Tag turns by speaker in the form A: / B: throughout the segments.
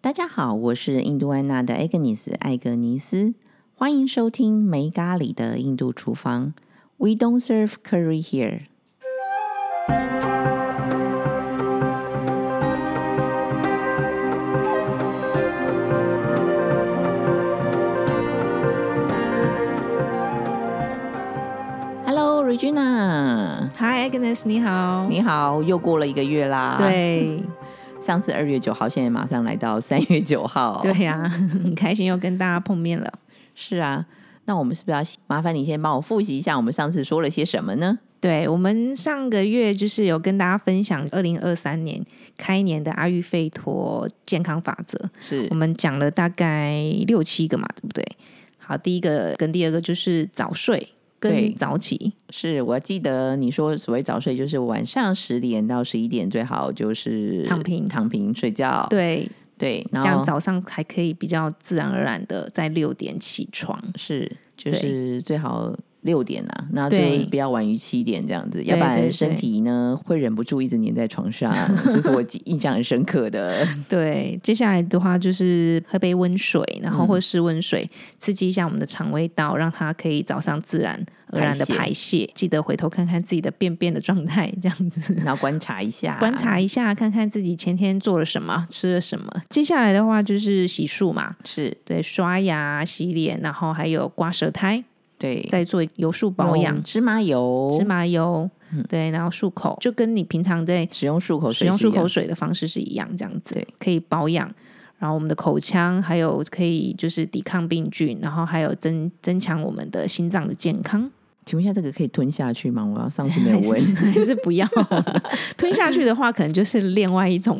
A: 大家好，我是印度安娜的 Agnes 艾格尼斯，欢迎收听没咖喱的印度厨房。We don't serve curry here。Hello Regina，
B: Hi Agnes，你好。
A: 你好，又过了一个月啦。，
B: 对
A: 上次二月九号，现在马上来到三月九号。
B: 对呀、 很开心又跟大家碰面了。
A: 是啊，那我们是不是要麻烦你先帮我复习一下我们上次说了些什么呢？
B: 对我们上个月就是有跟大家分享二零二三年开年的阿育吠陀健康法则，
A: 是
B: 我们讲了大概六七个嘛，对不对？好，第一个跟第二个就是早睡
A: 对
B: 跟早起，
A: 是，我记得你说所谓早睡就是晚上十点到十一点最好就是
B: 躺平
A: 躺平睡觉。
B: 对，
A: 对，哦然
B: 这样
A: 后
B: 早上还可以比较自然而然的在六点起床。
A: 是就
B: 对
A: 是最好。六点啊，那就
B: 对
A: 不要晚于七点这样子，要
B: 对
A: 不然
B: 对
A: 身
B: 对
A: 体呢会忍不住一直黏在床 上，这是我记印象很深刻的。
B: 对，接下来的话就是喝杯温水，然
A: 嗯
B: 后或是温水、刺激一下我们的肠胃道，让它可以早上自然而然的
A: 排泄
B: 排泄。记得回头看看自己的便便的状态，这 样子。
A: 然后观察一下，
B: 观察一下，看看自己前天做了什么，吃了什么。接下来的话就是洗漱嘛，
A: 是
B: 对，刷牙、洗脸，然后还有刮舌苔，
A: 对
B: 再做油漱保
A: 用
B: 养，
A: 芝麻油，嗯
B: 芝麻油，对，然后漱口，就跟你平常在
A: 使用漱口
B: 使
A: 水
B: 用
A: 是
B: 漱
A: 一样
B: 口水的方式是一样，这样子
A: 对
B: 可以保养，然后我们的口腔还有可以就是抵抗病菌，然后还有增增强我们的心脏的健康。
A: 请问一下，这个可以吞下去吗？我要上次没有
B: 还
A: 问
B: 是还是 不要了吞下去的话，可能就是另外一 种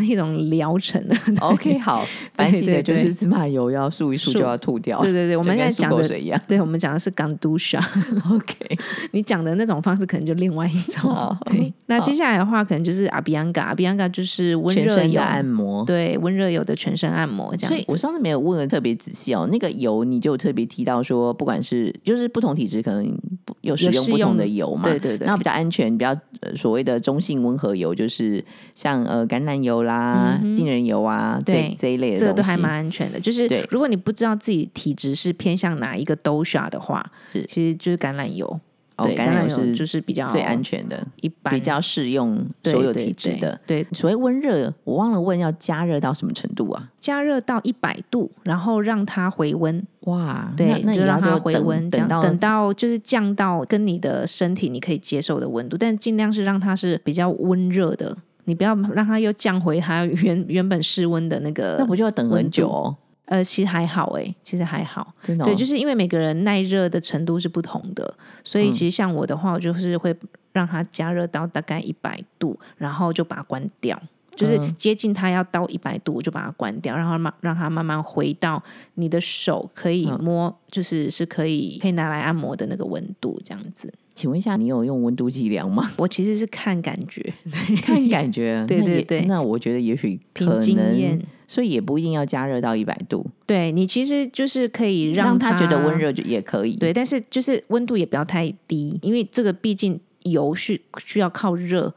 B: 一种疗程了。
A: OK，好， 反正记得
B: 对对
A: 就
B: 对
A: 是芝麻油要漱一漱
B: 漱
A: 就要吐掉，
B: 对对对，我
A: 我
B: 们在
A: 跟哦漱
B: 讲
A: 口
B: 的，
A: 水一样。
B: 对我们讲的是港都沙，
A: OK， 哦
B: 你讲的那种方式可能就另外一种
A: 好。
B: 对，那接下来的话可能就是阿比安嘎，阿比安嘎就是温
A: 全
B: 热
A: 身的
B: 油，
A: 按摩。
B: 对温热油的全身按摩这样子。
A: 所以我上次没有问的特别仔细哦，那个油你就有特别提到说，不管是就是不同体质可能不有使用
B: 适
A: 不同
B: 用
A: 的油嘛，
B: 对对对
A: 那比较安全，比较、呃所谓的中性温和油，就是像呃橄榄油啦、
B: 嗯哼
A: 杏仁油啊这
B: 对
A: 这一类的
B: 这个都
A: 东西
B: 还蛮安全的。就是
A: 对
B: 如果你不知道自己体质是偏向哪一个 dosha 的话
A: 是，
B: 其实就是橄榄油。
A: 哦，
B: 对，
A: 橄
B: 橄
A: 榄
B: 油
A: 油
B: 就是是比较
A: 最安全的，
B: 一般
A: 比较适用
B: 对
A: 所有
B: 对
A: 体质
B: 对
A: 的。
B: 对，
A: 所谓温热，我忘了问要加热到什么程度啊？
B: 加热到一百度，然后让它回温，
A: 哇，
B: 对，
A: 哦那那
B: 就
A: 也要
B: 让它
A: 说
B: 回
A: 等
B: 温，这
A: 等
B: 样
A: 到
B: 等到就是降到跟你的身体你可以接受的温度，但尽量是让它是比较温热的，你不要让它又降回它原原本室温的那
A: 那
B: 个。
A: 不就要等很久哦？
B: 呃，其实还好哎、其实还好。
A: 真的哦、
B: 对，就是因为每个人耐热的程度是不同的，所
A: 嗯
B: 以其实像我的话，我就是会让它加热到大概一百度，然后就把它关掉，就是
A: 嗯
B: 接近它要到一百度，我就把它关掉，然后慢让它慢慢回到你的手可以
A: 嗯
B: 摸，就是是可以可以拿来按摩的那个温度这样子。
A: 请问一下，你有用温度计量 吗？
B: 我其实是看感觉，
A: 看感觉，
B: 对
A: 那
B: 对
A: 也
B: 对
A: 那我觉得也许可
B: 凭经
A: 能
B: 验，。
A: 所以也不一定要加热到一百度，
B: 对你其实就是可以
A: 让
B: 它
A: 他觉得温热就也可以。
B: 对，但是就是温度也不要太低，因为这个毕竟油是需要靠热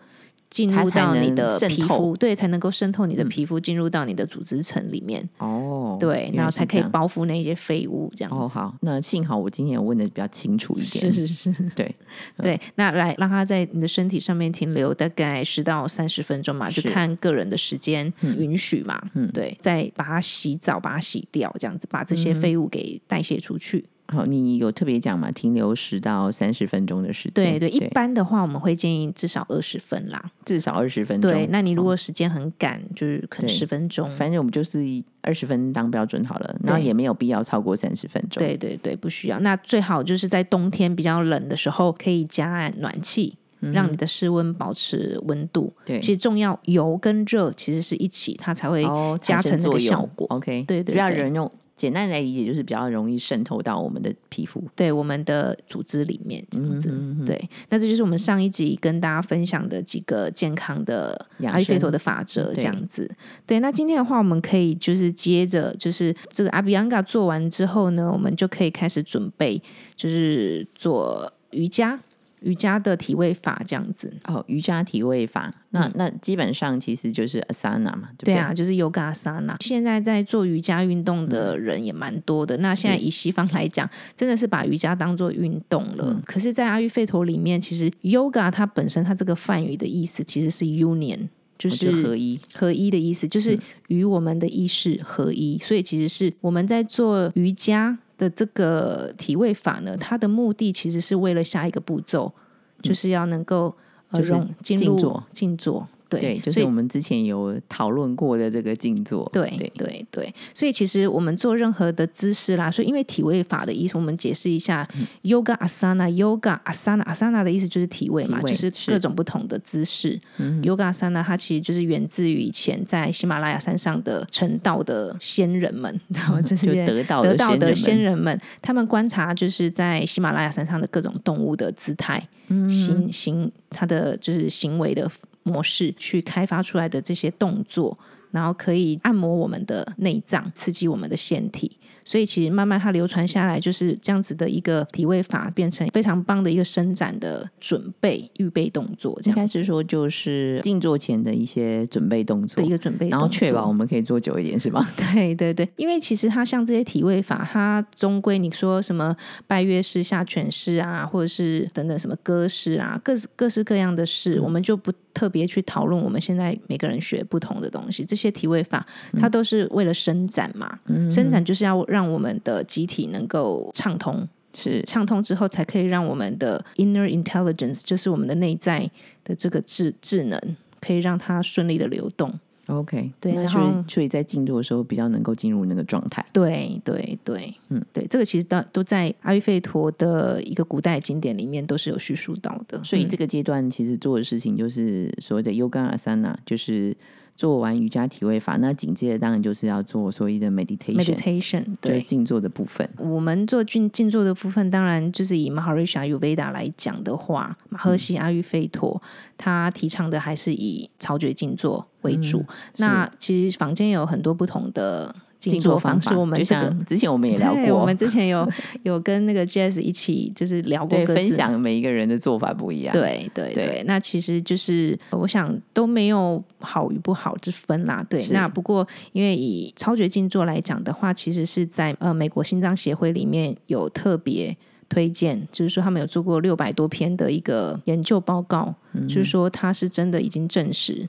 B: 进
A: 它
B: 入
A: 才
B: 到你
A: 能
B: 的
A: 渗
B: 皮
A: 透嗯
B: 肤，对，才能够渗透你的皮肤，进入到你的组织层里面，
A: 哦，
B: 对，
A: 原来
B: 然后
A: 是
B: 才可
A: 这
B: 以
A: 样
B: 包覆那些废物这样
A: 哦，
B: 子。
A: 好，那幸好我今天有问的比较清楚一点。
B: 是是是，
A: 对
B: 对，那来让它在你的身体上面停留大概十到三十分钟嘛，就是看个人的时间
A: 嗯
B: 允许嘛，对，再把它洗澡，把它洗掉，这样子把这
A: 嗯
B: 些废物给代谢出去。
A: 好，你有特别讲嘛？停留十到三十分钟的时间，
B: 对对，一般的话我们会建议至少二十分啦，
A: 至少二十分钟。嗯
B: 对，那你如果时间很赶，就是可能
A: 对
B: 十分钟。
A: 反正我们就是二十分当标准好了，然后也没有必要超过三十分钟。
B: 对对对，不需要。那最好就是在冬天比较冷的时候，可以加暖气，让你的室温保持温度。
A: 嗯对
B: 其实重要油跟热其实是一起，它才会
A: 哦，
B: 加
A: 产生
B: 成那
A: 作
B: 个
A: 用
B: 效果。
A: OK，
B: 对对
A: 比较
B: 对
A: 容易，简单来理解就是比较容易渗透到我们的皮肤。
B: 对我们的组织里面这样子。
A: 嗯
B: 对，那这就是我们上一集跟大家分享的几个健康的
A: 养
B: 阿育
A: 生
B: 吠陀的法则
A: 对
B: 这样子。对，那今天的话，我们可以就是接着就是这个阿比安嘎做完之后呢，我们就可以开始准备就是做瑜伽。瑜伽的体位法这样子。
A: 哦，瑜伽体位法，那、那基本上其实就是 asana 嘛，对不对？
B: 嗯对啊，就是 yoga asana。现在在做瑜伽运动的人也蛮多的。那现在以西方来讲，真的是把瑜伽当做运动了。
A: 嗯
B: 可是，在阿育吠陀里面，其实 yoga 它本身它这个梵语的意思其实是 union，就
A: 哦
B: 是
A: 就合一。嗯
B: 合一的意思，就是与我们的意识合一。所以其实是我们在做瑜伽的这个体位法呢，它的目的其实是为了下一个步骤，就是要能够
A: 嗯
B: 呃
A: 就是
B: 融进
A: 静
B: 入
A: 坐，
B: 静坐。
A: 对，就
B: 所
A: 是
B: 以
A: 我们之前有讨论过的这个静坐。
B: 对
A: 对，
B: 对对，所以其实我们做任何的姿势啦，所以因为体位法的意思，我们解释一下、yoga
A: 嗯
B: asana yoga asana asana 的意思就是体位嘛，
A: 体位
B: 就是
A: 是嗯
B: 各种不同的姿势。yoga asana 它其实就是源自于以前在喜马拉雅山上的成道的仙 人们， 然后就是
A: 就
B: 源
A: 得到
B: 得
A: 的
B: 到的
A: 先
B: 仙人们，他们观察就是在喜马拉雅山上的各种动物的姿态、
A: 嗯
B: 行行它的就是行为的模式，去开发出来的这些动作，然后可以按摩我们的内脏，刺激我们的腺体。所以其实慢慢它流传下来，就是这样子的一个体位法，变成非常棒的一个伸展的准备预备动作，这
A: 应
B: 样
A: 该是说就是静坐前的一些准备动作
B: 的一，个准备动
A: 然
B: 作，
A: 后确保我们可以做久一点，是吗？
B: 对对对，因为其实它像这些体位法，它终归你说什么拜月式、下犬式啊，或者是等等什么歌式啊，各式各式各样的式，我们就不特别去讨论。我们现在每个人学不同的东西，这些体位法它都是为了伸展嘛，伸展就是要让我们的集体能够畅通。
A: 是
B: 畅通之后，才可以让我们的 inner intelligence，就是我们的内在的这个智智能，可以让它顺利的流动。
A: ，OK，
B: 对
A: 那
B: 然
A: 所
B: 后
A: 以所以在静坐的时候比较能够进入那个状态。
B: 对对对，嗯，对，这个其实都都在阿育吠陀的一个古代经典里面都是有叙述到的，嗯
A: 所以这个阶段其实做的事情就是所谓的 yoga asana，就是做完瑜伽体位法，那紧接着当然就是要做所谓的 meditation，,
B: meditation
A: 就是
B: 对。
A: 静坐的部分。
B: 我们做静静坐的部分，当然就是以 Maharishi Ayurveda 来讲的话，
A: 嗯
B: 马赫西阿育吠陀他提倡的还是以曹觉静坐为主。
A: 嗯
B: 那其实坊间有很多不同的静
A: 静坐
B: 方
A: 方
B: 式，
A: 法，
B: 我们
A: 就
B: 这个
A: 像之前我们也聊
B: 对，
A: 过，
B: 我们之前有有跟那个 Jazz 一起就是聊过
A: 对
B: 各自
A: 分享每一个人的做法不一样。
B: 对对
A: 对
B: 对，那其实就是呃我想都没有好与不好之分啦。对，
A: 是
B: 那不过因为以超觉静坐来讲的话，其实是在呃美国心脏协会里面有特别。推荐就是说，他们有做过六百多篇的一个研究报告，
A: 嗯
B: 就是说它是真的已经证实，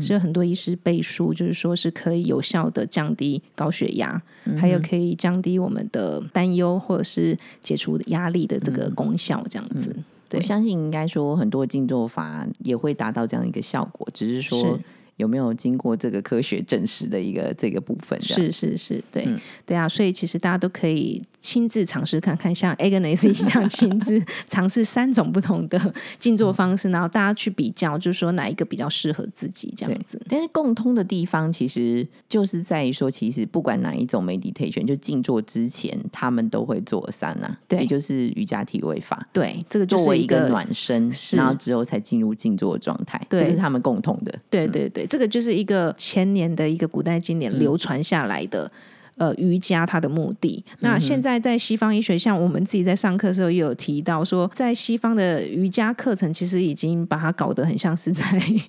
B: 是有很多医师背书，就是说是可以有效的降低高血压，
A: 嗯
B: 还有可以降低我们的担忧或者是解除压力的这个
A: 嗯
B: 功效，这样子。对
A: 我相信应该说很多静坐法也会达到这样一个效果，只是说
B: 是
A: 有没有经过这个科学证实的一个这个部分这样。嗯
B: 是是是，对、对啊，所以其实大家都可以亲自尝试看看，像 Agnes 一 样亲自尝试三种不同的静坐方式，然后大家去比较，就是说哪一个比较适合自己这
A: 对
B: 样子。，
A: 但是共通的地方其实就是在于说，其实不管哪一种 meditation，就静坐之前，他们都会做三啊，
B: 对
A: 也就是瑜伽体位法，
B: 对，这个就
A: 作
B: 是
A: 为一
B: 一
A: 个
B: 个
A: 暖身，
B: 是
A: 然后之后才进入静坐的状态，
B: 对
A: 这个是他们共同的。
B: 对对对，这个就是一个千年的一个古代经
A: 嗯
B: 典流传下来的。呃，瑜伽它的目的，
A: 嗯
B: 那现在在西方医学，像我们自己在上课的时候也有提到说，在西方的瑜伽课程其实已经把它搞得很像是在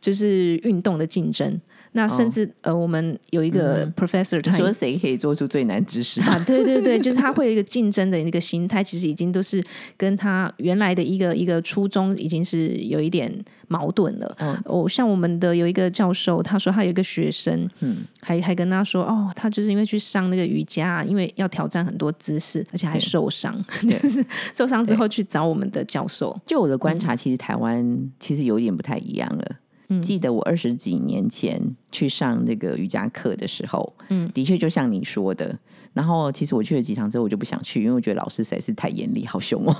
B: 就是运动的竞争。那甚至、呃，我们有一个 professor，、
A: 你哦
B: 他
A: 嗯说谁可以做出最难姿势吗？
B: 啊，对对对，就是他会有一个竞争的那个心态，其实已经都是跟他原来的一个一个初衷已经是有一点矛盾了。
A: 嗯
B: 哦，像我们的有一个教授，他说他有一个学生，嗯，还还跟他说，哦，他就是因为去上那个瑜伽，啊因为要挑战很多姿势，而且还受伤， 就是受伤之后去找我们的教授。
A: 就我的
B: 嗯
A: 观察，其实台湾其实有点不太一样了。
B: 嗯
A: 记得我二十几年前去上那个瑜伽课的时候，嗯，的确就像你说的。然后其实我去了几堂之后，我就不想去，因为我觉得老师实在是太严厉，好凶哦。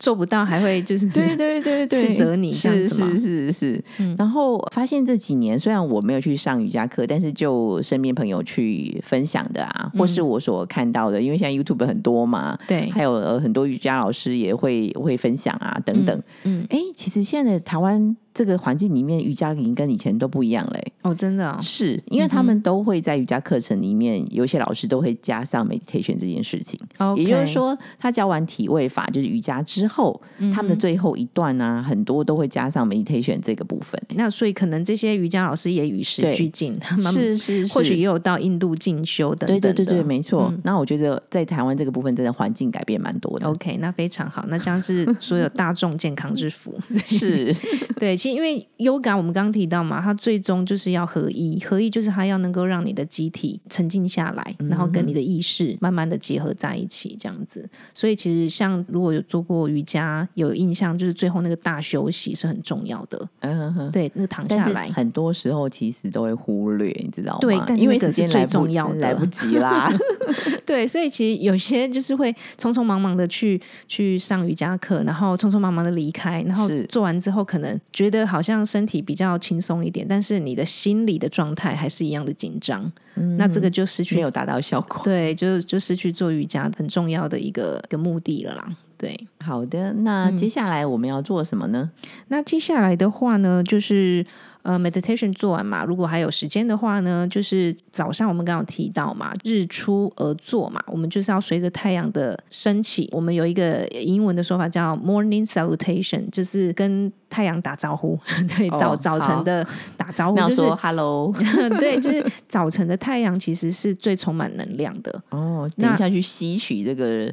B: 做不到还会就是
A: 对对
B: 斥责你这样
A: 是
B: 子吗嗯
A: 是是是。然后发现这几年虽然我没有去上瑜伽课，但是就身边朋友去分享的啊，
B: 嗯
A: 或是我所看到的，因为现在 YouTube 很多嘛，
B: 对
A: 还有呃很多瑜伽老师也会会分享啊，等
B: 嗯
A: 等。嗯，哎、其实现在的台湾这个环境里面，瑜伽已经跟以前都不一样嘞、
B: 哦，真真的哦，
A: 是因为他们都会在瑜伽课程里面，有一些老师都会加上 meditation 这件事情。
B: 哦 OK
A: 也就是，说，他教完体位法就是瑜伽之后，
B: 嗯
A: 他们的最后一段呢、很多都会加上 meditation 这个部分。
B: 那所以可能这些瑜伽老师也与时
A: 对
B: 俱进， 他们
A: 是是
B: 或许也
A: 有
B: 有到印度进修等
A: 对
B: 等
A: 对
B: 的。嗯
A: 对对，没错。那我觉得在台湾这个部分，真的环境改变蛮多的。
B: OK，那非常好，那将是所有大众健康之福。
A: 是
B: 对，其实因为 yoga 我们刚刚提到嘛，它最终就是要合一，合一就是它要能够让你的机体沉静下来，然后跟你的意识
A: 嗯
B: 慢慢的结合在一起，这样子。所以其实像如果有做过瑜伽，有印象就是最后那个大休息是很重要的，
A: 嗯哼。
B: 对，那个躺
A: 但
B: 下
A: 是
B: 来。
A: 很多时候其实都会忽略，你知道吗？
B: 对但是
A: 因为
B: 那个
A: 时间
B: 是最
A: 来不
B: 重要的
A: 来不及 啦。
B: 对，所以其实有些就是会匆匆忙忙的去去上瑜伽课，然后匆匆忙忙的离开，然后
A: 是
B: 做完之后可能觉得好像身体比较轻松一点，但是你的心理的状态还是一样的紧张，那这个就失
A: 嗯没
B: 去
A: 有达到效 果。
B: 对，就就失去做瑜伽很重要的一个一个目的了啦。对，
A: 好的，
B: 嗯
A: 那接下来我们要做什么呢？
B: 那接下来的话呢，就是呃，meditation 做完嘛，如果还有时间的话呢，就是早上我们刚刚有提到嘛，日出而作嘛，我们就是要随着太阳的升起，我们有一个英文的说法叫 morning salutation，就是跟太阳打招呼， 对，
A: 哦
B: 早早晨
A: 好
B: 的打招呼，
A: 那
B: 就
A: 我
B: 是
A: 说 “hello”
B: 对，就是早晨的太阳其实是最充满能量的，
A: 哦，
B: 那
A: 等一下去吸取这个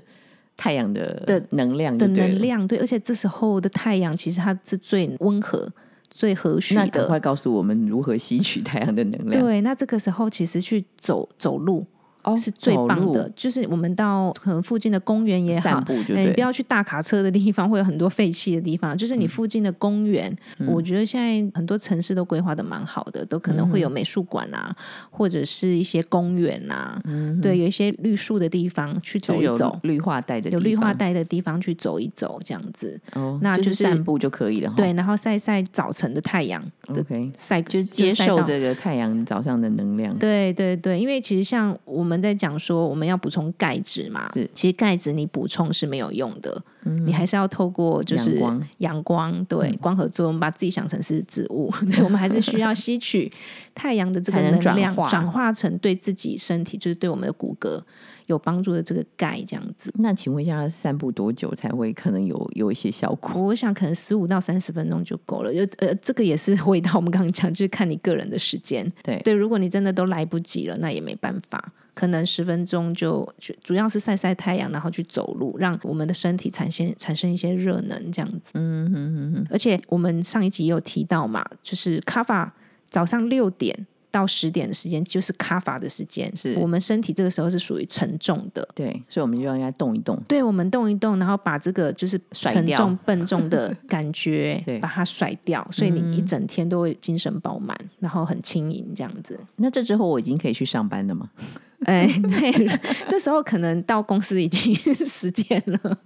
A: 太阳的
B: 的
A: 能量就
B: 的
A: 对了
B: 能。量，对，而且这时候的太阳其实它是最温和、最和煦
A: 那赶
B: 的。
A: 快告诉我们如何吸取太阳的能量。
B: 对，那这个时候其实去走走路
A: 哦，
B: 是最棒
A: 走
B: 的，
A: 路，
B: 就是我们到可能附近的公园也好
A: 散。步就
B: 哎
A: 对。嗯
B: 你不要去大卡车的地方，会有很多废弃的地方。就是你附近的公园，我觉得现在很多城市都规划的蛮好的，都可能
A: 嗯
B: 会有美术馆啊，或者是一些公园啊，对，有一些绿树的地方
A: 嗯
B: 去
A: 就
B: 走一
A: 有
B: 走，
A: 绿化带的地
B: 有
A: 方，
B: 绿化带的地方去走一走，这样子。
A: 哦，
B: 那
A: 就
B: 就是
A: 是散步就可以了哈。
B: 对，然后晒晒早晨的太阳，
A: ，OK，
B: 晒就
A: 嗯就是接
B: 晒
A: 受
B: 到
A: 这个太阳早上的能量。
B: 对对对，因为其实像我们在讲说我们要补充钙质嘛
A: 是，嗯
B: 其实钙质你补充是没有用的，你还是要透过就是
A: 阳光嗯
B: 阳光对光合作用，把自己想成是植物，对我们还是需要吸取太阳的这个
A: 才能
B: 能
A: 转
B: 量，
A: 化
B: 转化成对自己身体就是对我们的骨骼有帮助的这个钙这样子。
A: 那请问一下，散步多久才会可能有有一些效果？
B: 我想可能十五到三十分钟就够了，有呃，这个也是回到我们刚刚讲，就是看你个人的时间。
A: 对
B: 对，如果你真的都来不及了，那也没办法，可能十分钟就就主要是晒晒太阳，然后去走路，让我们的身体产生产生一些热能这样子。嗯嗯嗯。而且我们上一集也有提到嘛，就是卡法早上六点。到十点的时间就是卡法的时间，
A: 是
B: 我们身体这个时候是属于沉重的，
A: 对，所以我们就要应该动一动。
B: 对，我们动一动，然后把这个就是
A: 甩
B: 沉
A: 掉
B: 重笨重的感觉
A: 对，嗯
B: 把它甩掉，所以你一整天都会精神饱满，然后很轻盈这样 子。
A: 那这之后我已经可以去上班了吗？
B: 哎，对，这时候可能到公司已经 十点了。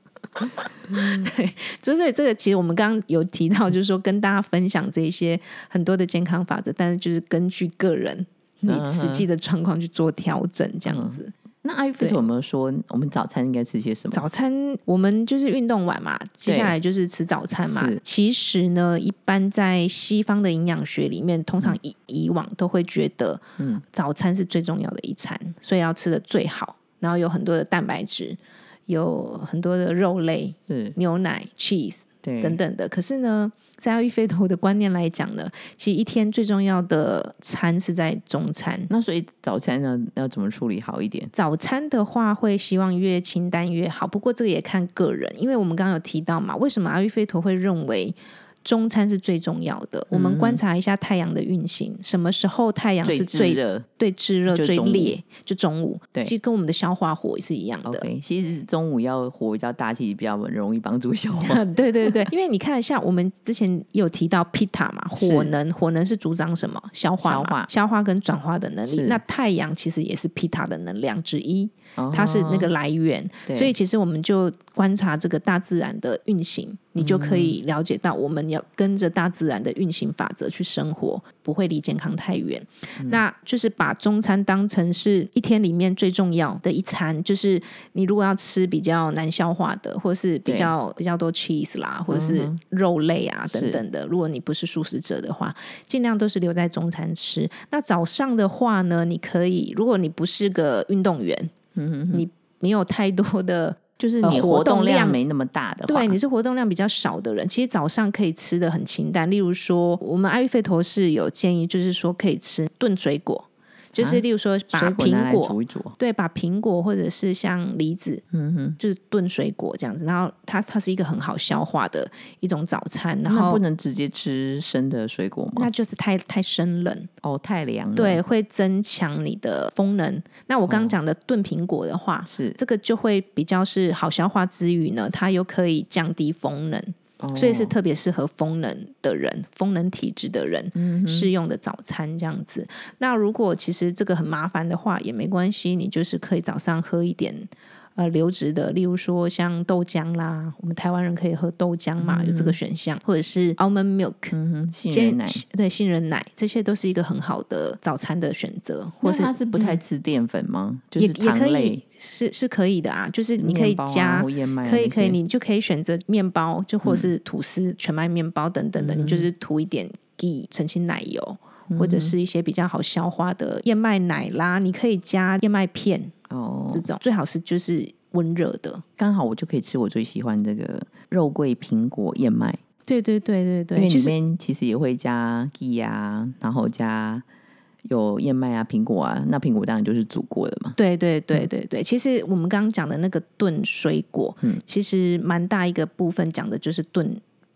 A: 嗯
B: 对，所以所以这个其实我们刚刚有提到，就是说跟大家分享这一些很多的健康法则，但是就是根据个人
A: 嗯
B: 你实际的状况去做调整，这样子。
A: 那阿育吠
B: 对
A: 陀有没有说我们早餐应该吃些什么？
B: 早餐我们就是运动完嘛，接下来就是吃早餐嘛
A: 是。
B: 其实呢，一般在西方的营养学里面，通常以、以往都会觉得，嗯，早餐是最重要的一餐，所以要吃的最好，然后有很多的蛋白质，有很多的肉类、
A: 是
B: 牛奶、cheese
A: 对，
B: 等等的。可是呢，在阿育吠陀的观念来讲呢，其实一天最重要的餐是在中餐。
A: 那所以早餐呢要怎么处理好一点？
B: 早餐的话，会希望越清淡越好，不过这个也看个人，因为我们刚刚有提到嘛，为什么阿育吠陀会认为中餐是最重要
A: 嗯
B: 的？我们观察一下太阳的运行，什么时候太阳是
A: 炙
B: 最
A: 热
B: 对炙热
A: 就
B: 最
A: 中午
B: 烈，就中午，
A: 对
B: 其实跟我们的消化火是一样的。
A: ，OK，其实中午要火比较大气，比较容易帮助消 化。
B: 对对对，因为你看一下，我们之前有提到 Pita 嘛，
A: 是
B: 火能，火能是主张什么？消化嘛
A: 消化
B: 消化跟转化的能力
A: 是。
B: 那太阳其实也是 Pita 的能量之一。
A: 哦
B: 它是那个来源。
A: 对
B: 所以其实我们就观察这个大自然的运行，你就可以了解到我们要跟着大自然的运行法则去生活，不会离健康太远。那就是把中餐当成是一天里面最重要的一餐，就是你如果要吃比较难消化的，或是比较比较多 cheese 啦，或者是肉类啊等等的，如果你不是素食者的话，尽量都是留在中餐吃。那早上的话呢，你可以，如果你不是个运动员，你没有太多的。 就是
A: 呃
B: 你
A: 活
B: 动
A: 动量没
B: 没。
A: 那么大的话，
B: 对，你是活动量比较少的人，其实早上可以吃的很清淡。例如说，我们阿育吠陀是有建议，就是说可以吃炖水果，就是例如说
A: 啊
B: 把
A: 水果拿
B: 苹
A: 来
B: 果，
A: 煮一煮，
B: 对，把苹果或者是像梨子，嗯哼，就是炖水果这样子。然后它它是一个很好消化的一种早餐，然
A: 那
B: 后
A: 不能直接吃生的水果
B: 那
A: 吗？
B: 就是太太生冷。
A: 哦，太凉了。
B: 对，，会增强你的风能。那我
A: 哦
B: 刚刚讲的炖苹果的话，
A: 是
B: 这个就会比较是好消化之余呢，它又可以降低风能，
A: 哦
B: 所以是特别适合风能的人、风能体质的人
A: 嗯
B: 适用的早餐这样子。那如果其实这个很麻烦的话，也没关系，你就是可以早上喝一点。呃，流质的，例如说像豆浆啦，我们台湾人可以喝豆浆嘛，有这个选项，或者是 almond milk，、
A: 嗯，杏
B: 煎
A: 仁奶。
B: 对杏仁奶，这些都是一个很好的早餐的选择，或
A: 那
B: 是嗯
A: 它是不太吃淀粉吗？就
B: 也
A: 是
B: 也
A: 糖
B: 可以
A: 类，
B: 是是可以的啊，就是你可
A: 面
B: 以
A: 包啊
B: 加。
A: 或燕麦啊
B: 可以
A: 那
B: 可以，
A: 些
B: 你就可以选择面包，就或是吐司、全麦面包等等的，你就是涂一点 ghee 澄清奶油，或者是一些比较好消化的燕麦奶啦，你可以加燕麦片
A: 哦
B: 这，种，最好是就是温热的。
A: 刚好我就可以吃我最喜欢这个肉桂苹果燕麦，
B: 对对对对
A: 因
B: 对，
A: 为
B: 其
A: 里
B: 实
A: 面其实也会加 g 啊，然后加有燕麦啊、苹果啊，那苹果当然就是煮过的嘛。
B: 对对对对对，其实我们刚刚讲的那个炖水果，其实蛮大一个部分讲的就是炖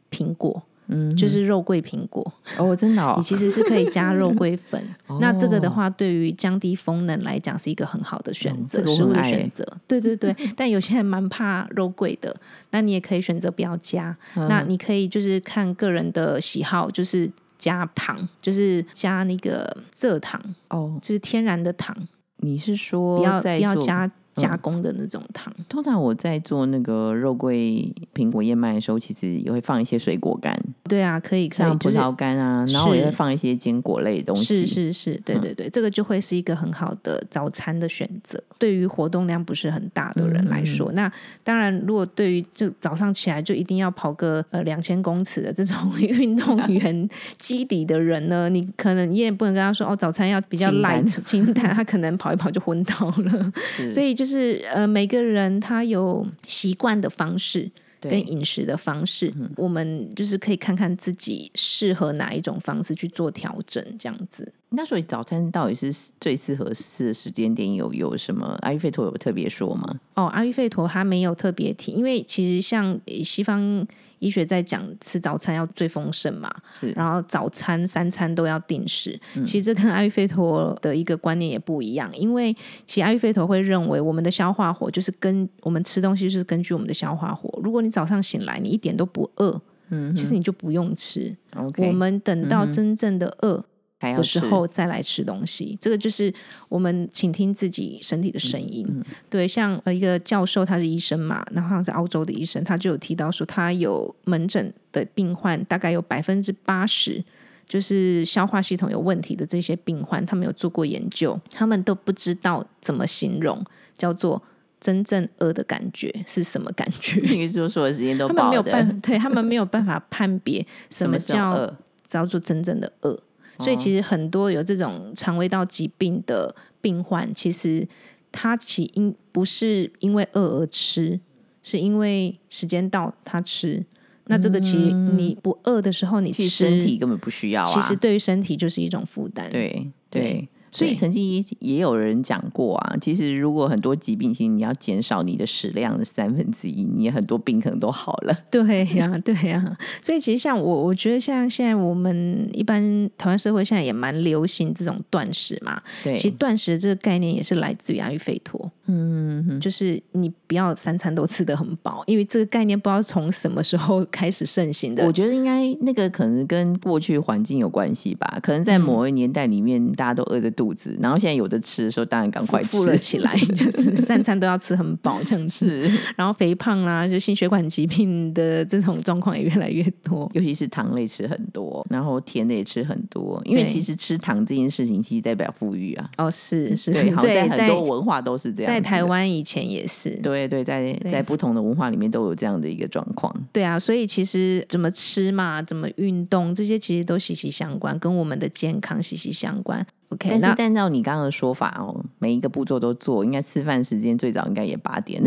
B: 苹果，
A: 嗯，
B: 就是肉桂苹果，
A: 哦，真的
B: 你
A: 哦，
B: 其实是可以加肉桂粉。
A: 哦
B: 那这个的话，对于降低风能来讲，是一个很好的选择，
A: 哦这个我
B: 食物
A: 很
B: 的
A: 爱
B: 选
A: 欸
B: 择。对对对，但有些人蛮怕肉桂的，那你也可以选择不要加。
A: 嗯
B: 那你可以就是看个人的喜好，就是加糖，就是加那个蔗糖，
A: 哦，
B: 就是天然的糖。
A: 你是
B: 不
A: 说
B: 要不
A: 在
B: 要
A: 做嗯
B: 加加工的那种糖。
A: 通常我在做那个肉桂苹果燕麦的时候，其实也会放一些水果干，
B: 对啊，可以可以，
A: 像
B: 就
A: 葡
B: 是
A: 萄干啊，然后我也
B: 是
A: 会放一些坚果类的东西。嗯
B: 是是是，对对对，这个就会是一个很好的早餐的选择。对于活动量不是很大的人
A: 嗯
B: 来说，那当然，如果对于就早上起来就一定要跑个呃两千公尺的这种 运 动员基底的人呢，你可能你也不能跟他说哦，早餐要比较
A: 清淡
B: light 清淡，他可能跑一跑就昏倒了。 所以就是呃，每个人他有习惯的方式，
A: 对
B: 跟饮食的方式，我们就是可以看看自己适合哪一种方式去做调整，这样子。
A: 那所以早餐到底是最适合吃的时间点有有什么？阿育吠陀有特别说吗？
B: 哦，阿育吠陀他没有特别提，因为其实像西方医学在讲吃早餐要最丰盛嘛
A: 是，
B: 然后早餐三餐都要定时。其实这跟阿育吠陀的一个观念也不一样，因为其实阿育吠陀会认为我们的消化火就是跟我们吃东西就是根据我们的消化火。如果你早上醒来你一点都不饿，嗯，其实你就不用吃。
A: OK，嗯
B: 我们等到真正的饿。
A: 还要
B: 的时
A: 吃
B: 候再来吃东西。这个就是我们倾听自己身体的声
A: 嗯
B: 音。对，像呃一个教授，他是医生嘛，然后好像是澳洲的医生，他就有提到说，他有门诊的病患大概有百分之八十。就是消化系统有问题的这些病患，他们有做过研究，他们都不知道怎么形容叫做真正饿的感觉是什么感觉，
A: 那个说所有时间 都
B: 他们
A: 饱
B: 没有
A: 的
B: 办，对他们没有办法判别什么
A: 时候
B: 叫
A: 饿
B: 叫做真正的饿。
A: 哦
B: 所以其实很多有这种肠胃道疾病的病患，其实他其因不是因为饿而吃，是因为时间到他吃。那这个其实你不饿的时候你
A: 其
B: 吃，
A: 实身体根本不需要啊。
B: 其实对于身体就是一种负担。
A: 对
B: 对
A: 对，所以
B: 对
A: 曾经也也有人讲过啊，其实如果很多疾病，其实你要减少你的食量的三分之一，你很多病可能都好 了。
B: 对呀、对呀、所以其实像我，我觉得像现在我们一般台湾社会现在也蛮流行这种断食嘛，
A: 对，
B: 其实断食这个概念也是来自于阿育吠陀。嗯哼，就是你不要三餐都吃的很饱，因为这个概念不知道从什么时候开始盛行的。
A: 我觉得应该那个可能跟过去环境有关系吧，可能在
B: 嗯
A: 某个年代里面大家都饿着肚子，然后现在有的吃的时候，当然赶快
B: 富
A: 吃
B: 了起 来， 就是三餐都要吃很饱这样子。
A: 是，
B: 然后肥胖啦，就心血管疾病的这种状况也越来越多。
A: 尤其是糖类吃很多，然后甜的也吃很多，因为
B: 对
A: 其实吃糖这件事情其实代表富裕啊，
B: 哦，是是，
A: 对，好像在
B: 对，
A: 很多文化都是这样
B: 在
A: 子的
B: 台。湾以前也是，
A: 对对，在
B: 对
A: 在不同的文化里面都有这样的一个状况。
B: 对啊，所以其实怎么吃嘛，怎么运动，这些其实都息息相关，跟我们的健康息息相关。OK，
A: 但是
B: 那
A: 按照你刚刚的说法哦，每一个步骤都做，应该吃饭时间最早应该也八点。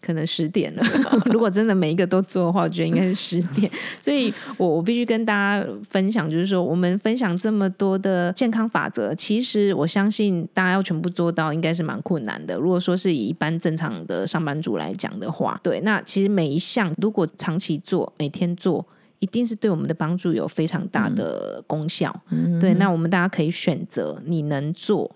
B: 可能十点了。 如果真的每一个都做的话，我觉得应该是十点。所以我我必须跟大家分享，就是说我们分享这么多的健康法则，其实我相信大家要全部做到，应该是蛮困难的。如果说是以一般正常的上班族来讲的话，对，那其实每一项如果长期做，每天做。一定是对我们的帮助有非常大
A: 嗯
B: 的功效，对。那我们大家可以选择你能做、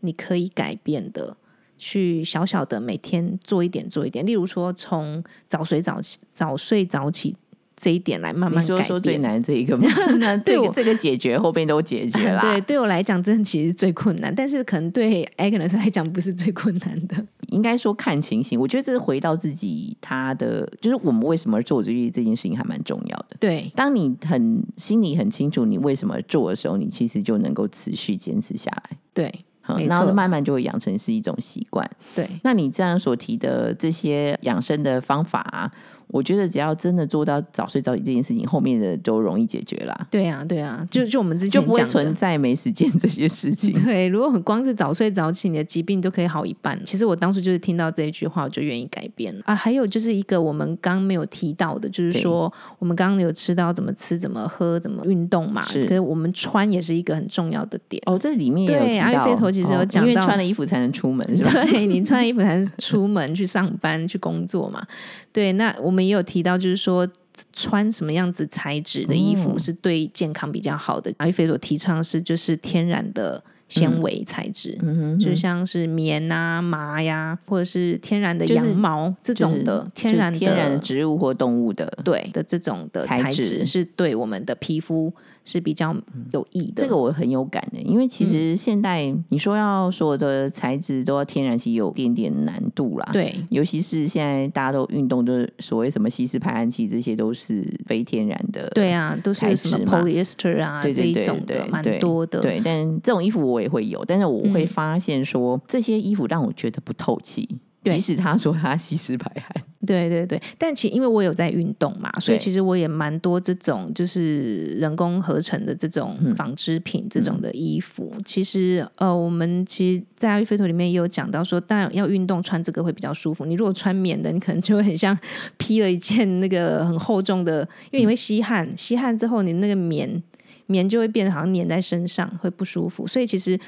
B: 你可以改变的，去小小的每天做一点做一点，例如说从早睡早起、早睡早起这一点来慢
A: 你
B: 慢
A: 说
B: 改
A: 说最
B: 变。
A: 难这一个吗？那
B: 对
A: 这个
B: 我
A: 这个解决后边都解决啦。
B: 对，对我来讲，真的其实最困难，但是可能对 Agnes 来讲不是最困难的。
A: 应该说看情形。我觉得这是回到自己他的，就是我们为什么而做这这件事情还蛮重要的。
B: 对，
A: 当你很心里很清楚你为什么而做的时候，你其实就能够持续坚持下来。
B: 对，
A: 好
B: 没
A: 然后
B: 错
A: 慢慢就会养成是一种习惯。
B: 对，
A: 那你这样所提的这些养生的方法、啊，我觉得只要真的做到早睡早起这件事情，后面的都容易解决啦，
B: 对啊，对啊，就就我们之
A: 就
B: 前
A: 不会
B: 讲
A: 存
B: 的。
A: 在没时间这些事情。
B: 对，如果很光是早睡早起，你的疾病都可以好一半。其实我当初就是听到这一句话，我就愿意改变了啊。还有就是一个我们刚没有提到的，就是
A: 对
B: 说我们刚刚有吃到怎么吃、怎么喝、怎么运动嘛，
A: 是
B: 可是我们穿也是一个很重要的点。
A: 哦，这里面也有
B: 对
A: 提
B: 阿育
A: 到，
B: 吠陀其实有
A: 哦
B: 讲
A: 因为
B: 到
A: 穿了衣服才能出 门，是吧？
B: 对你穿衣服才能出门去上班去工作嘛。对，那我们也有提到，就是说穿什么样子材质的衣服
A: 哦
B: 是对健康比较好的。阿育吠陀提倡是就是天然的
A: 嗯
B: 纤维材质，就像是棉啊、麻呀、或者是天然的
A: 就是
B: 羊毛、这
A: 就是
B: 种的天
A: 就
B: 然的
A: 天然的植物或动物的。
B: 对的这种的
A: 材
B: 材质
A: 质嗯
B: 是对我们的皮肤是比较有益的。
A: 这个我很有感的、因为
B: 嗯
A: 其实现代你说要所有的材质都要天然，其实有点点难度啦。，
B: 对
A: 尤其是现在大家都运动，就是所谓什么吸湿排汗器，这些都是非天然的。
B: 对啊，都是
A: 材
B: 什么
A: 质嘛
B: polyester 啊
A: 对对
B: 这
A: 对
B: 一种
A: 对
B: 的，
A: 对
B: 蛮多的。
A: 对，但这种衣服我也会有，但是我会
B: 嗯
A: 发现说、这些衣服让我觉得不透气，
B: 对
A: 即使他说他吸湿排汗，
B: 对对对，但其因为我有在运动嘛，所以
A: 对
B: 其实我也蛮多这种就是人工合成的这种纺织品、这种的衣服。其实呃，我们其实，在阿育吠陀里面也有讲到说，当然要运动穿这个会比较舒服。你如果穿棉的，你可能就会很像披了一件那个很厚重的，因为你会吸汗，
A: 嗯
B: 吸汗之后你那个棉棉就会变得好像粘在身上，会不舒服。所以其实。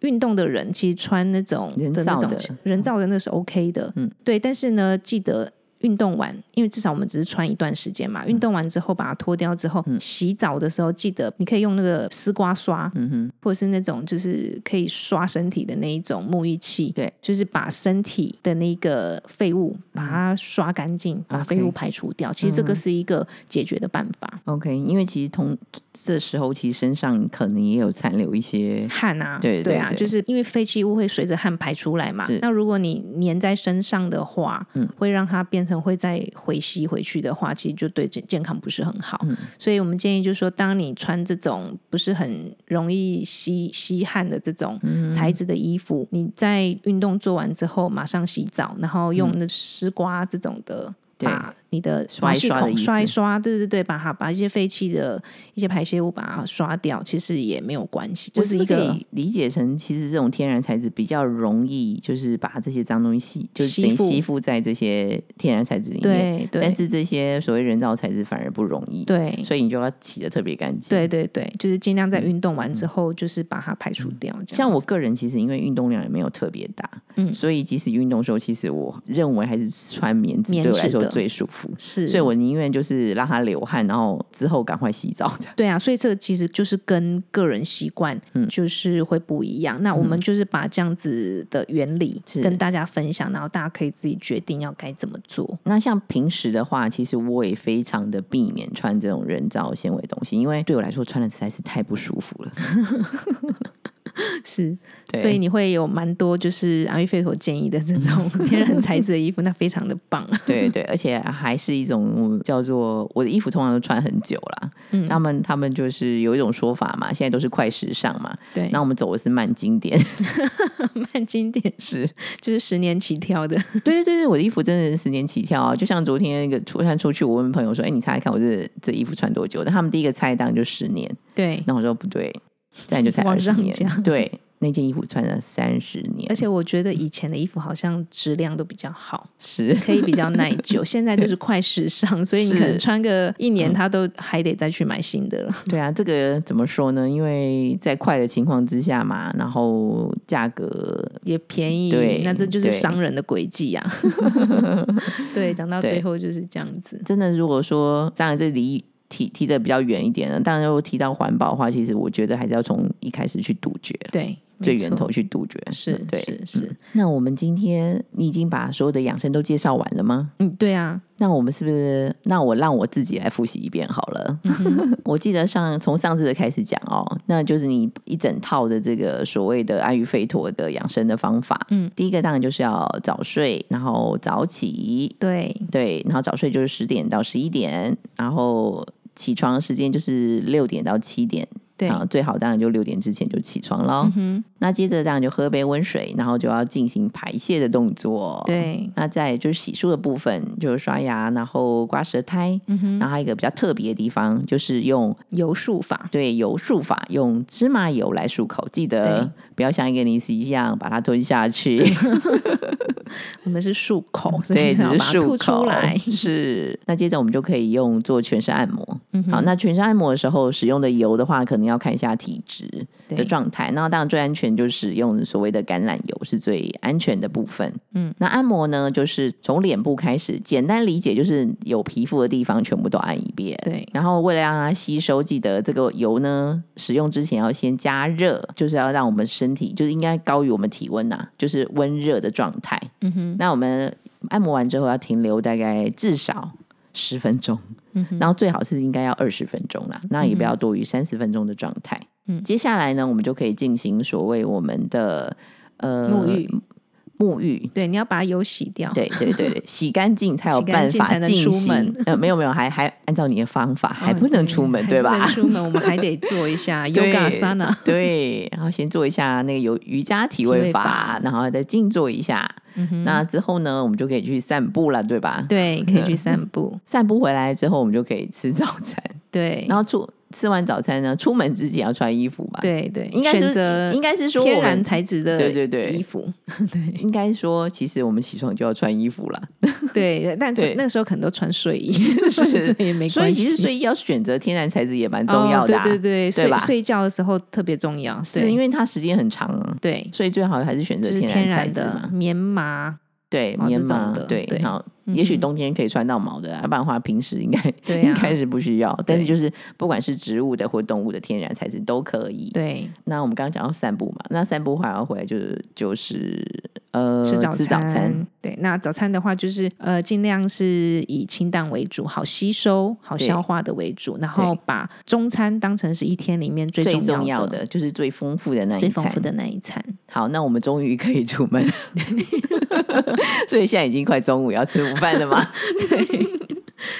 B: 运动的人其实穿那种
A: 人
B: 的那
A: 造
B: 种
A: 的
B: 人造的那是 OK 的，嗯，对。但是呢，记得运动完，因为至少我们只是穿一段时间
A: 嗯
B: 嘛，运动完之后把它脱掉之后，洗澡的时候记得你可以用那个丝瓜刷，嗯哼，或者是那种就是可以刷身体的那一种沐浴器，
A: 对，嗯
B: 就是把身体的那个废物把它刷干净，把
A: OK 嗯
B: 废物排除掉。其实这个是一个解决的办法，
A: OK，因为其实同这时候其实身上可能也有残留一些，
B: 汗啊，
A: 对对
B: 啊，
A: 对
B: 就是因为废弃物会随着汗排出来嘛
A: 是。嗯
B: 那如果你粘在身上的话，会让它变成会再回吸回去的话，其实就对健健康不是很好。
A: 嗯
B: 所以我们建议就是说，当你穿这种不是很容易吸吸汗的这种
A: 嗯
B: 材质的衣服，你在运动做完之后马上洗澡，然后用那丝瓜这种的。
A: 嗯对
B: 把你的
A: 刷一
B: 毛细
A: 刷的
B: 孔
A: 意思
B: 刷一刷，对对对，把它把一些废弃的一些排泄物把它刷掉，其实也没有关系，这
A: 我
B: 是
A: 不
B: 一
A: 可
B: 个
A: 以理解成其实这种天然材质比较容易，就是把这些脏东西吸，就是等于
B: 吸附
A: 吸附在这些天然材质里面。
B: 对
A: 但
B: 对
A: 是这些所谓人造材质反而不容易，，
B: 对
A: 所以你就要洗的特别干净。
B: 对对对，就是尽量在运动完之后，就是把它排除掉。这样
A: 嗯像我个人其实因为运动量也没有特别大，
B: 嗯
A: 所以即使运动的时候，其实我认为还是穿棉质
B: 棉
A: 对我来
B: 质
A: 说最舒服。
B: 是，
A: 所以我宁愿就是让它流汗，然后之后赶快洗澡这样。
B: 对啊，所以这个其实就是跟个人习惯
A: 嗯
B: 就是会不一样。那我们就是把这样子的原理
A: 是
B: 跟大家分享，然后大家可以自己决定要该怎么做。
A: 那像平时的话，其实我也非常的避免穿这种人造纤维东西，因为对我来说穿的实在是太不舒服了。
B: 是，
A: 对
B: 所以你会有蛮多就是阿育吠陀建议的这种 天然材质的衣服，那非常的 棒。
A: 对对，而且还是一种叫做我的衣服通常都穿很久啦。嗯，他们他们就是有一种说法嘛，现在都是快时尚嘛。
B: 对，
A: 那我们走的是慢经 典，
B: 蛮经典，
A: 是
B: 就是十年起跳的。
A: 对对对，我的衣服真的是十年起跳啊！就像昨天那个出穿出去，我问朋友说：“哎，你猜猜看我这这衣服穿多久？”那他们第一个猜当然就十年，
B: 对，
A: 那我说不对，再就才
B: 往
A: 二十
B: 上
A: 年
B: 加，
A: 对，那件衣服穿了三十年，
B: 而且我觉得以前的衣服好像质量都比较 好。
A: 是。
B: 可以比较耐久，现在就是快 时尚，所以你可能穿个一
A: 嗯
B: 年，它都还得再去买新的了。
A: 对啊，这个怎么说呢？因为在快的情况之下嘛，然后价格
B: 也便宜，
A: 对
B: 那这就是
A: 对
B: 商人的轨迹 呀。对，讲到
A: 对
B: 最后就是这样子。
A: 真的，如果说当然这离提提的比较远一点了，当然如果提到环保的话，其实我觉得还是要从一开始去杜绝，
B: 对，
A: 最
B: 没错
A: 源头去杜绝。
B: 是
A: 嗯对。
B: 是是，
A: 那我们今天你已经把所有的养生都介绍完了吗？
B: 嗯，对啊，
A: 那我们是不是？那我让我自己来复习一遍好了。
B: 嗯
A: 我记得上从上次的开始讲哦，那就是你一整套的这个所谓的阿育吠陀的养生的方法。
B: 嗯，
A: 第一个当然就是要早睡，然后早起，
B: 对
A: 对，然后早睡就是十点到十一点，然后起床时间就是六点到七点。
B: 对，
A: 啊，最好当然就六点之前就起床喽。
B: 嗯
A: 那接着当然就喝杯温水，然后就要进行排泄的动作。
B: 哼，。对，
A: 那再来就是洗漱的部分，就是刷牙，然后刮舌苔。
B: 嗯哼，
A: 然后还有一个比较特别的地方，就是用
B: 油术法，
A: 对油漱法，用芝麻油来漱口，记
B: 对
A: 得不要像一个零食一样把它吞下去，
B: 我们是漱口，所以
A: 嗯 对，只
B: 要
A: 是
B: 把它吐
A: 漱
B: 出
A: 口。
B: 来
A: 是，那接着我们就可以用做全身按摩。
B: 嗯哼
A: 好，那全身按摩的时候使用的油的话，可能要看一下体质的
B: 对
A: 状态。那当然最安全就是使用所谓的橄榄油是最安全的部分。
B: 嗯，
A: 那按摩呢，就是从脸部开始，简单理解就是有皮肤的地方全部都按一遍。
B: 对，
A: 然后为了让它吸收，记得这个油呢，使用之前要先加热，就是要让我们身体就是应该高于我们体温呐、就是温热的状态。
B: 嗯哼，
A: 那我们按摩完之后要停留大概至少十分钟，
B: 嗯哼
A: 然后最好是应该要二十分钟啦，那也不要多于三十分钟的状态。
B: 嗯
A: 接下来呢，我们就可以进行所谓我们的呃
B: 沐浴，
A: 沐浴。
B: 对，你要把油洗掉。
A: 对对对对，洗干净才有
B: 洗干
A: 办
B: 净才
A: 法
B: 能
A: 进
B: 出
A: 行。
B: 门
A: 呃，没有没有，还还按照你的方法，还
B: 哦
A: 不能出门，
B: 还
A: 对
B: 不
A: 吧
B: 能？出门，我们还得做 一下
A: 对
B: yoga sana。
A: 对，然后先做一下那个有瑜伽体
B: 体
A: 位
B: 位
A: 法，
B: 法嗯
A: 然后再静坐一下。那之后呢，我们就可以去散步了，对吧？
B: 对，可以去散步。
A: 散步回来之后，我们就可以吃早餐，
B: 对
A: 然，后出吃完早餐呢，出门之前要穿衣服吧？，
B: 对对，
A: 应该
B: 选
A: 是
B: 择
A: 应该是说
B: 天
A: 我
B: 然
A: 们
B: 材质的
A: 对对对
B: 衣服。
A: 应该说，其实我们起床就要穿衣服了，
B: 对，但
A: 对
B: 那个时候可能都穿睡 衣，
A: 是
B: 所以也没
A: 所以
B: 关
A: 其实
B: 系。
A: 睡衣要选择天然材质也蛮
B: 哦
A: 重要的、啊
B: 对对对，
A: 对
B: 睡
A: 吧
B: 睡觉的时候特别重要，
A: 是因
B: 为
A: 为它时间很长、啊，
B: 对，
A: 所以最好还是选择
B: 就是天
A: 天材
B: 然
A: 质
B: 的
A: 嘛。
B: 棉麻，
A: 对，
B: 毛
A: 棉
B: 这种
A: 麻
B: 的
A: 对
B: 对，
A: 好，
B: 嗯
A: 也许冬天可以穿到毛的啊，要不然的话平时应该
B: 对
A: 应
B: 啊
A: 该是不需要。但是
B: 对
A: 就是不管是植物的或动物的天然材质都可以。
B: 对，
A: 那我们刚刚讲到散步嘛，那散步还要回来就是就是呃
B: 吃早
A: 吃早餐，
B: 对，那早餐的话就是呃，尽量是以清淡为主，好吸收、好
A: 对
B: 消化的为主，然后把中餐当成是一天里面最
A: 最
B: 重
A: 重要
B: 的、
A: 的就是最丰富的那
B: 最
A: 一
B: 丰
A: 餐
B: 富。的那一餐。
A: 好，那我们终于可以出门了，所以现在已经快中午要吃午饭了 嘛。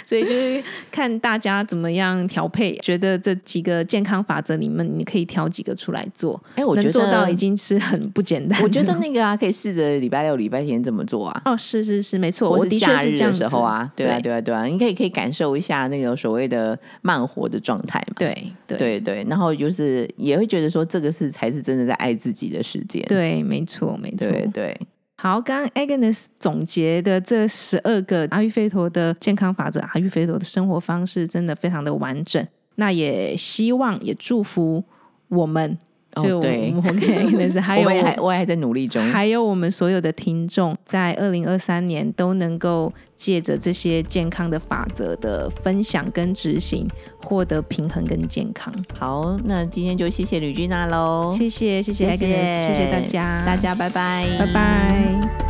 B: 所以就是看大家怎么样调配，觉得这几个健康法则里面，你可以挑几个出来做。
A: 哎，我觉
B: 能
A: 得
B: 做到已经是很不简单了。
A: 我觉得那个啊，可以试着礼拜六、礼拜天这么做啊。
B: 哦，是是是，没错，
A: 或
B: 我
A: 是
B: 的确
A: 假
B: 是
A: 日
B: 这
A: 的
B: 样
A: 时
B: 子
A: 候啊，对啊，
B: 对
A: 对啊，对啊，你可以可以感受一下那个所谓的慢活的状态嘛，
B: 对对
A: 对对，然后就是也会觉得说这个是才是真的在爱自己的时间，
B: 对没错没错。
A: 对对，
B: 好，刚刚 Agnes 总结的这十二个阿育吠陀的健康法则，阿育吠陀的生活方式真的非常的完整。那也希望也祝福我们，就我
A: 哦对
B: 们 OK，但是还有
A: 我也还我也还在努力中。
B: 还有我们所有的听众，在二零二三年都能够借着这些健康的法则的分享跟执行，获得平衡跟健康。
A: 好，那今天就谢哦谢吕君娜喽，
B: 谢谢，谢谢 Agnes，谢谢大家，
A: 大，家拜拜，
B: 啊拜拜。